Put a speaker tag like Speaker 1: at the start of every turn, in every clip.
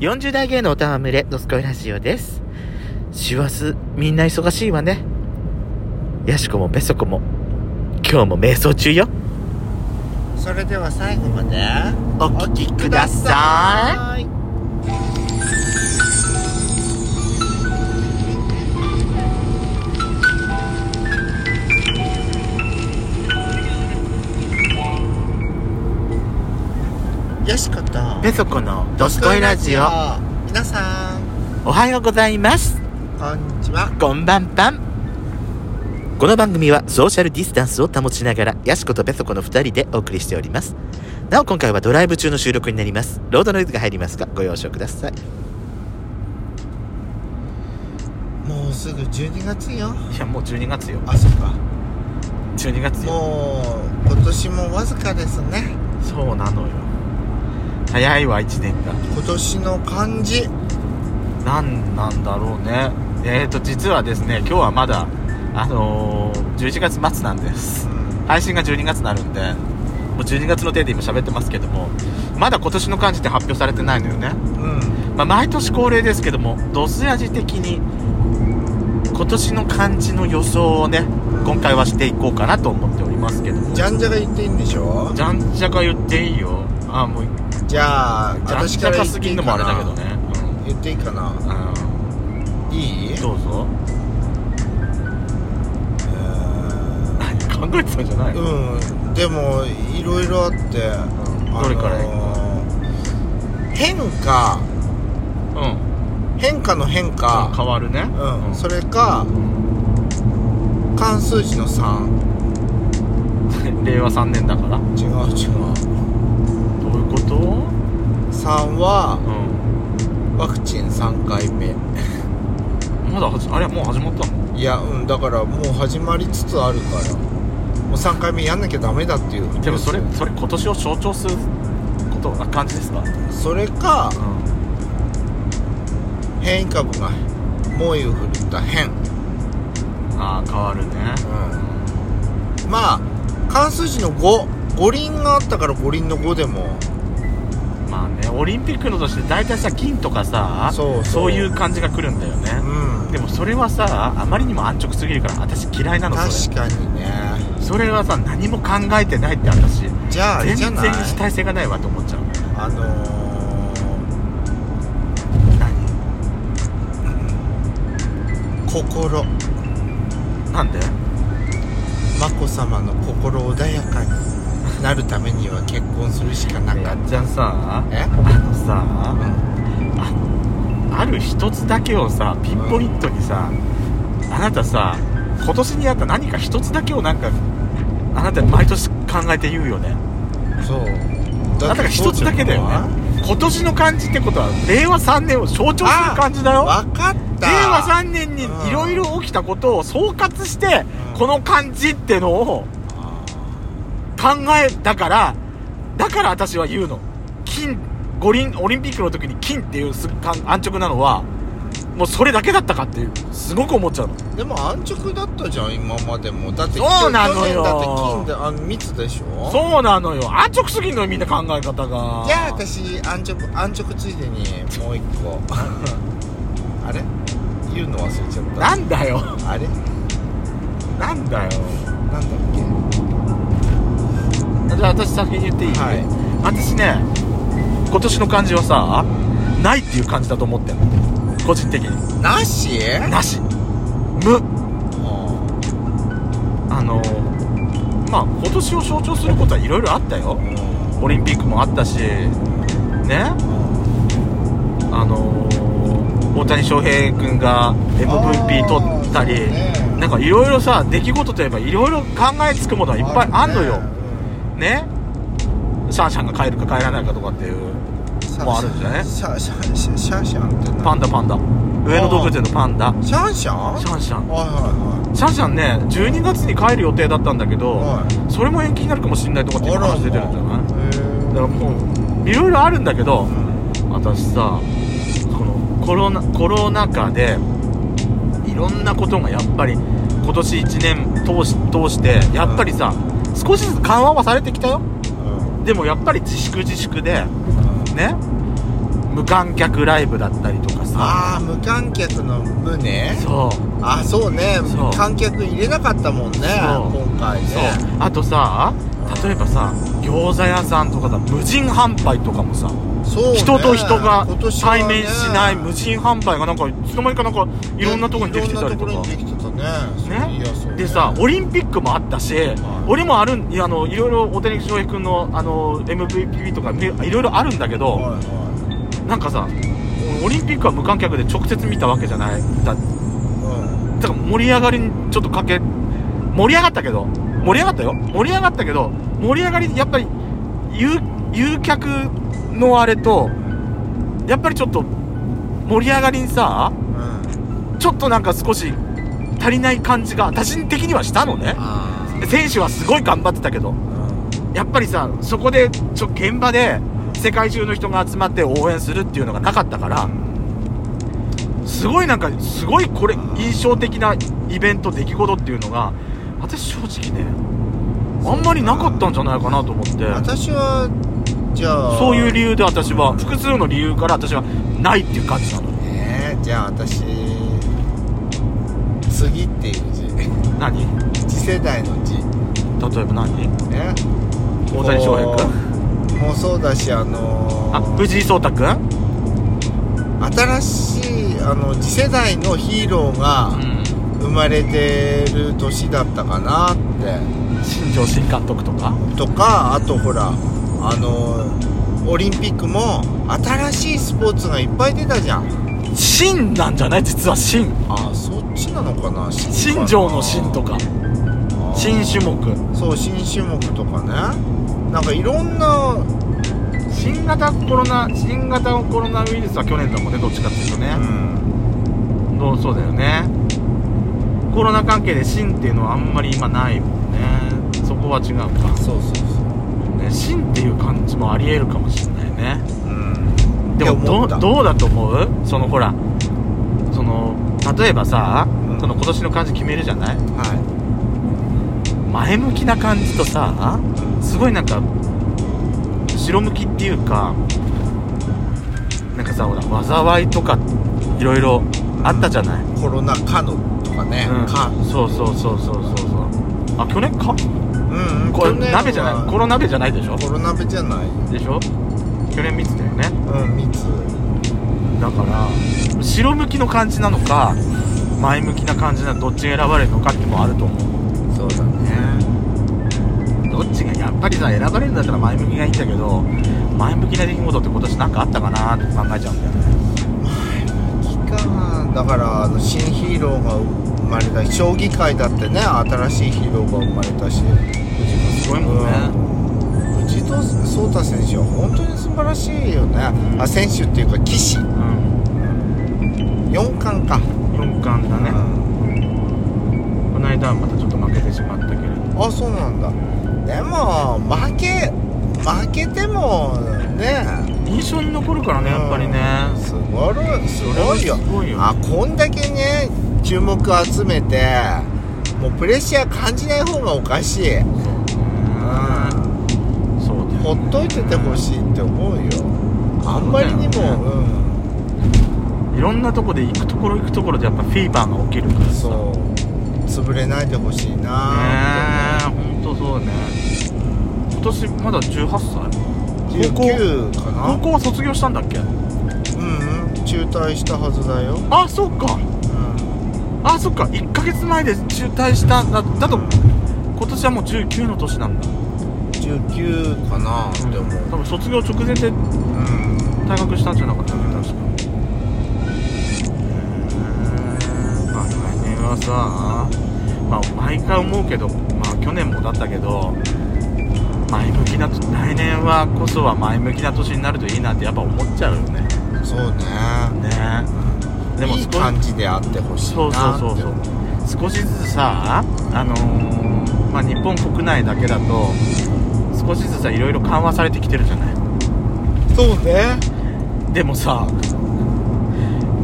Speaker 1: 40代芸のおたわむれ、ドスコイラジオです。師走、みんな忙しいわね。ヤシコもペソコも、今日も瞑想中よ。
Speaker 2: それでは最後まで、
Speaker 1: お聴きください。
Speaker 2: よしこと
Speaker 1: ペソコのドスコイラジオ
Speaker 2: 皆さん
Speaker 1: おはようございます
Speaker 2: こんにちは
Speaker 1: こんばんぱんこの番組はソーシャルディスタンスを保ちながらヤシコとペソコの2人でお送りしておりますなお今回はドライブ中の収録になりますロードノイズが入りますがご了承ください
Speaker 2: もうすぐ12月よ
Speaker 1: いやもう12月よ
Speaker 2: あそっか
Speaker 1: 12月
Speaker 2: もう今年もわずかですね
Speaker 1: そうなのよ早いわ1年が
Speaker 2: 今年の漢字
Speaker 1: 何なんだろうねえっ、ー、と実はですね今日はまだあのー、11月末なんです、うん、配信が12月になるんでもう12月の手で今喋ってますけどもまだ今年の漢字って発表されてないのよね、
Speaker 2: うん
Speaker 1: まあ、毎年恒例ですけどもドス味的に今年の漢字の予想をね今回はしていこうかなと思っておりますけども
Speaker 2: じゃんじゃが言っていいんでしょ
Speaker 1: じゃんじゃが言っていいよあもう
Speaker 2: じゃあ私
Speaker 1: から言っていいかなもあれだけどね、
Speaker 2: うん、言っていいかな、うん、い
Speaker 1: いどうぞ、えー、考えてたんじゃない
Speaker 2: うんでもいろいろあって、
Speaker 1: うん、どれからいく
Speaker 2: 変化
Speaker 1: うん
Speaker 2: 変化の変化、
Speaker 1: うん、変わるね
Speaker 2: うん、それか、関数字の3
Speaker 1: 令和3年だから
Speaker 2: 違う違う
Speaker 1: どういうこと
Speaker 2: ?3 は、うん、ワクチン3回目
Speaker 1: まだはじあれもう始まったの
Speaker 2: いやうんだからもう始まりつつあるからもう3回目やんなきゃダメだっていう
Speaker 1: でもそれそれ今年を象徴することな感じですか
Speaker 2: それか、うん、変異株が猛威を振るった変
Speaker 1: ああ変わるね
Speaker 2: うんまあ関数字の5五輪があったから五輪の5でも
Speaker 1: まあねオリンピックの年で大体さ銀とかさそういう感じがくるんだよね、
Speaker 2: うん、
Speaker 1: でもそれはさあまりにも安直すぎるから私嫌いなの
Speaker 2: そ確かにね
Speaker 1: それはさ何も考えてないって私
Speaker 2: じゃあ
Speaker 1: 全然主体性がないわと思っちゃう
Speaker 2: あの
Speaker 1: ー、
Speaker 2: 何、うん、心
Speaker 1: なんで
Speaker 2: 眞子さまの心穏やかになるためには結婚するしかなかった
Speaker 1: じゃあさ
Speaker 2: えあ
Speaker 1: のさ、うん、あある一つだけをさピンポイントにさ、うん、あなたさ今年にあった何か一つだけをなんかあなた毎年考えて言うよね
Speaker 2: そう
Speaker 1: あなたが一つだけだよね今年の漢字ってことは令和3年を象徴する漢字だよ
Speaker 2: 分かった
Speaker 1: 令和3年にいろいろ起きたことを総括して、うん、この漢字ってのを考えだからだから私は言うの金五輪オリンピックの時に金っていう安直なのはもうそれだけだったかっていうすごく思っちゃうの
Speaker 2: でも安直だったじゃん今までもだって
Speaker 1: そうなのよ
Speaker 2: だって金であ密でしょ
Speaker 1: そうなのよ安直すぎんのよみんな考え方が
Speaker 2: じゃあ私安直安直ついでにもう一個あれ言うの忘れちゃった
Speaker 1: なんだよ
Speaker 2: あれ
Speaker 1: なんだよ
Speaker 2: なんだっけ
Speaker 1: じゃあ私先に言っていい、
Speaker 2: はい、
Speaker 1: 私ね今年の漢字はさないっていう漢字だと思ってんの個人的に
Speaker 2: なし
Speaker 1: なし無あのまあ今年を象徴することはいろいろあったよオリンピックもあったしねあの大谷翔平君が MVP 取ったり、ね、なんかいろいろさ出来事といえばいろいろ考えつくものはいっぱいあんのよ、ねシャンシャンが帰るか帰らないかとかっていうもあるんじゃね
Speaker 2: シャンシャンシャンシャンって
Speaker 1: パンダパンダ上野動物園のパンダ
Speaker 2: シャンシャ
Speaker 1: ンシャンシャン
Speaker 2: はいはいはい
Speaker 1: シャンシャンね12月に帰る予定だったんだけど、はい、それも延期になるかもしんないとかって今話出てるんじゃないだからもういろいろあるんだけど、うん、私さこのコロナコロナ禍でいろんなことがやっぱり今年1年通し通してやっぱりさ、うん少しずつ緩和はされてきたよ、うん、でもやっぱり自粛自粛で、ね無観客ライブだったりとかさ
Speaker 2: ああ無観客の無ね
Speaker 1: そう
Speaker 2: あそうね
Speaker 1: そう
Speaker 2: 観客入れなかったもんね
Speaker 1: そう
Speaker 2: 今回ね
Speaker 1: そうあとさ例えばさ餃子屋さんとかだ無人販売とかもさ
Speaker 2: そうね
Speaker 1: 人と人が
Speaker 2: 今年はね
Speaker 1: 対面しない無人販売がなんかいつの間にかなんかいろんなところにできてたりと
Speaker 2: いろ
Speaker 1: か
Speaker 2: んなところにできてたねそうい
Speaker 1: ね
Speaker 2: やそうね
Speaker 1: でさオリンピックもあったし、俺もあるんいやあのいろいろ大谷翔平君のあの MVP とかねいろいろあるんだけど、
Speaker 2: はいは
Speaker 1: なんかさオリンピックは無観客で直接見たわけじゃないだだ
Speaker 2: い
Speaker 1: から盛り上がりにちょっとかけ盛り上がったけど盛り上がったよ盛り上がったけど盛り上がりやっぱり有有客のあれとやっぱりちょっと盛り上がりにさ
Speaker 2: うんうん
Speaker 1: ちょっとなんか少し足りない感じが私的にはしたのね
Speaker 2: あ
Speaker 1: 選手はすごい頑張ってたけど
Speaker 2: ー
Speaker 1: やっぱりさそこでちょ現場で世界中の人が集まって応援するっていうのがなかったからすごいなんかすごいこれ印象的なイベント出来事っていうのが私正直ねあんまりなかったんじゃないかなと思って
Speaker 2: 私はじゃあ
Speaker 1: そういう理由で私は複数の理由から私はないっていう感じなの
Speaker 2: えー、じゃあ私次っていう
Speaker 1: 何
Speaker 2: 字 次世代の字
Speaker 1: 例えば何
Speaker 2: ね
Speaker 1: 大谷翔平君
Speaker 2: 君もうそうだしあのー
Speaker 1: あ藤井聡太君
Speaker 2: 新しいあの次世代のヒーローが生まれてる年だったかなっ
Speaker 1: 新庄新監督とか
Speaker 2: てとかあとほらあのオリンピックも新しいスポーツがいっぱい出たじゃん
Speaker 1: 新なんじゃない実は新
Speaker 2: あそっちなのかな新
Speaker 1: 新
Speaker 2: かな
Speaker 1: 庄の新とか
Speaker 2: あー
Speaker 1: 新種目
Speaker 2: そう新種目とかねなんかいろんな
Speaker 1: 新型コロナ新型コロナウイルスは去年だもんねどっちかっていうとね
Speaker 2: う、ん
Speaker 1: どうそうだよねコロナ関係で新っていうのはあんまり今ないもんねそこは違うか、
Speaker 2: そうそうそう
Speaker 1: ね、新っていう感じもありえるかもしれないね
Speaker 2: うん
Speaker 1: でもどう
Speaker 2: う
Speaker 1: どうだと思うそのほらその例えばさ、
Speaker 2: うん
Speaker 1: その今年の漢字決めるじゃない
Speaker 2: は
Speaker 1: 前向きな感じとさすごいなんか後ろ向きっていうかなんかさほら災いとかいろいろあったじゃない、
Speaker 2: いコロナ禍のとかね、
Speaker 1: うん
Speaker 2: か
Speaker 1: そうそうそうそうそうそうあ去年か
Speaker 2: うんうん
Speaker 1: これ
Speaker 2: 去年は
Speaker 1: 鍋じゃないコロ鍋じゃないでしょ
Speaker 2: コロナ鍋じゃない
Speaker 1: でしょ去年見てたよね
Speaker 2: うん密
Speaker 1: だから後ろ向きの感じなのか前向きな感じなのどっちが選ばれるのかってもあると思う
Speaker 2: そうだね
Speaker 1: どっちがやっぱりさ選ばれるんだったら前向きがいいんだけど前向きな出来事って今年なんかあったかなって考えちゃうんだよね
Speaker 2: 期間だからあの新ヒーローが生まれた将棋界だってね新しいヒーローが生まれたし
Speaker 1: すごいもんね、
Speaker 2: うん藤戸壮太選手は本当に素晴らしいよね、
Speaker 1: うん
Speaker 2: あ選手っていうか棋士
Speaker 1: うん
Speaker 2: 4冠か、
Speaker 1: 四冠だねこの間はまたちょっと負けてしまったけれど
Speaker 2: あそうなんだでも負け負けてもね
Speaker 1: 印象に残るからねやっぱりね
Speaker 2: うんすごいすごいよ
Speaker 1: それはすごいよ
Speaker 2: あこんだけね注目集めてもうプレッシャー感じない方がおかしい、うん、
Speaker 1: そうだよね
Speaker 2: ほっといててほしいって思うよあんまりに
Speaker 1: そうだよね
Speaker 2: も
Speaker 1: いろんなとこで行くところ行くところでやっぱフィーバーが起きるから
Speaker 2: うん
Speaker 1: さね
Speaker 2: そう潰れないでほしいな
Speaker 1: えほんとそうね今年まだ18歳高校
Speaker 2: 19かな
Speaker 1: 高校は卒業したんだっけ
Speaker 2: うんうん中退したはずだよ、
Speaker 1: あそうか
Speaker 2: う
Speaker 1: あそっか1ヶ月前で中退したんだだと今年はもう19の年なんだ
Speaker 2: ん、19かなって思う、
Speaker 1: 多分卒業直前で
Speaker 2: うん
Speaker 1: 退学したんじゃなかったっけ確かまあ来年はさまあ毎回思うけどまあ去年もだったけど前向きなと来年はこそは前向きな年になるといいなってやっぱ思っちゃうよね
Speaker 2: そうね
Speaker 1: ねでも
Speaker 2: いい
Speaker 1: 少し
Speaker 2: 感じであってほしい
Speaker 1: そうそう
Speaker 2: なって
Speaker 1: そ
Speaker 2: 思
Speaker 1: うそう少しずつさあのーまあ日本国内だけだと少しずつさいろいろ緩和されてきてるじゃない
Speaker 2: そうね
Speaker 1: でもさ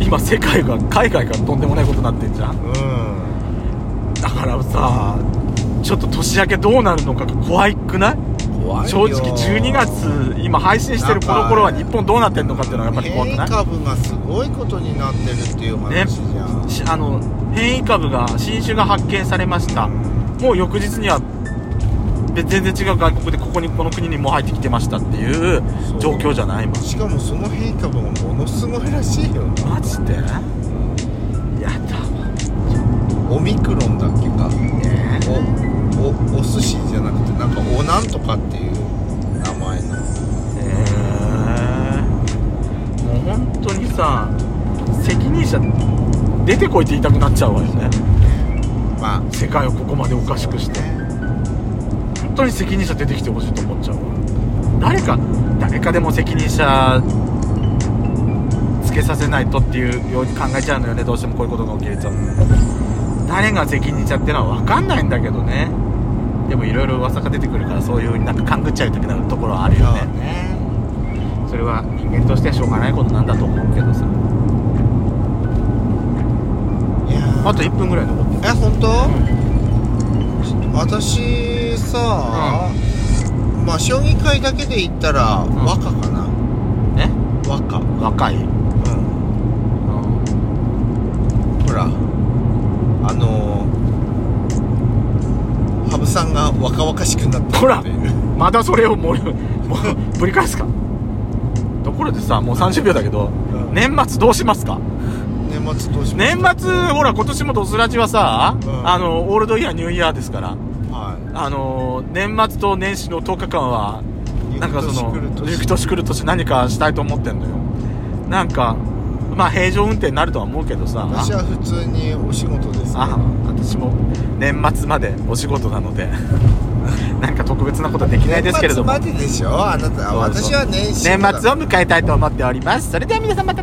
Speaker 1: 今世界が海外がとんでもないことになってんじゃん
Speaker 2: う
Speaker 1: だからさちょっと年明けどうなるのかが怖いくない
Speaker 2: ん怖い
Speaker 1: 正
Speaker 2: よ
Speaker 1: 直12月今配信してるこの頃は日本どうなってんのかっていうのがやっぱり怖くな
Speaker 2: 変異
Speaker 1: い
Speaker 2: 株がすごいことになってるっていう話じゃん、
Speaker 1: しあの変異株が新種が発見されましたもう翌日にはで全然違う外国でここにこの国にもう入ってきてましたっていう
Speaker 2: そう
Speaker 1: 状況じゃないもん
Speaker 2: しかもその変異株もものすごいらしいよ
Speaker 1: マジでやだわ
Speaker 2: オミクロンだっけか
Speaker 1: ね
Speaker 2: おおお寿司じゃなくてなんかおなんとかっていう名前の
Speaker 1: えもう本当にさ責任者出てこいって言いたくなっちゃうわよね
Speaker 2: まあ
Speaker 1: 世界をここまでおかしくして本当に責任者出てきてほしいと思っちゃうわ誰か誰かでも責任者つけさせないとっていうように考えちゃうのよねどうしてもこういうことが起きれちゃう誰が責任者ってのは分かんないんだけどねでもいろいろ噂が出てくるからそういうふうになんか勘ぐっちゃうときなところはあるよね
Speaker 2: ね
Speaker 1: それは人間としてはしょうがないことなんだと思うけどさ
Speaker 2: いやー
Speaker 1: あと1分ぐらい残ってる
Speaker 2: え本当、私さ、まあ将棋界だけで言ったら
Speaker 1: ん
Speaker 2: 和歌かな、
Speaker 1: ね
Speaker 2: 和歌う
Speaker 1: 若い
Speaker 2: んほらあのー羽生さんが若々しくなった
Speaker 1: ほら
Speaker 2: っていう
Speaker 1: まだそれをもうもうぶり返すかところでさもう30秒だけど、
Speaker 2: うん
Speaker 1: 年末どうしますか
Speaker 2: 年末どうしま
Speaker 1: 年
Speaker 2: す
Speaker 1: 末ほら今年もドスラジはさ、
Speaker 2: うん
Speaker 1: あのオールドイヤーニューイヤーですから
Speaker 2: は
Speaker 1: あの年末と年始の10日間はいなんかその
Speaker 2: ゆ
Speaker 1: 行
Speaker 2: く
Speaker 1: く
Speaker 2: 年来る
Speaker 1: 年来る年何かしたいと思ってんのよなんかまあ平常運転になるとは思うけどさ
Speaker 2: 私は普通にお仕事ですね
Speaker 1: あ私も年末までお仕事なので なんか特別なことはできないですけれども
Speaker 2: 年末まででしょあなたは
Speaker 1: そうそう
Speaker 2: 私は年始
Speaker 1: 年末を迎えたいと思っておりますそれでは皆さんまた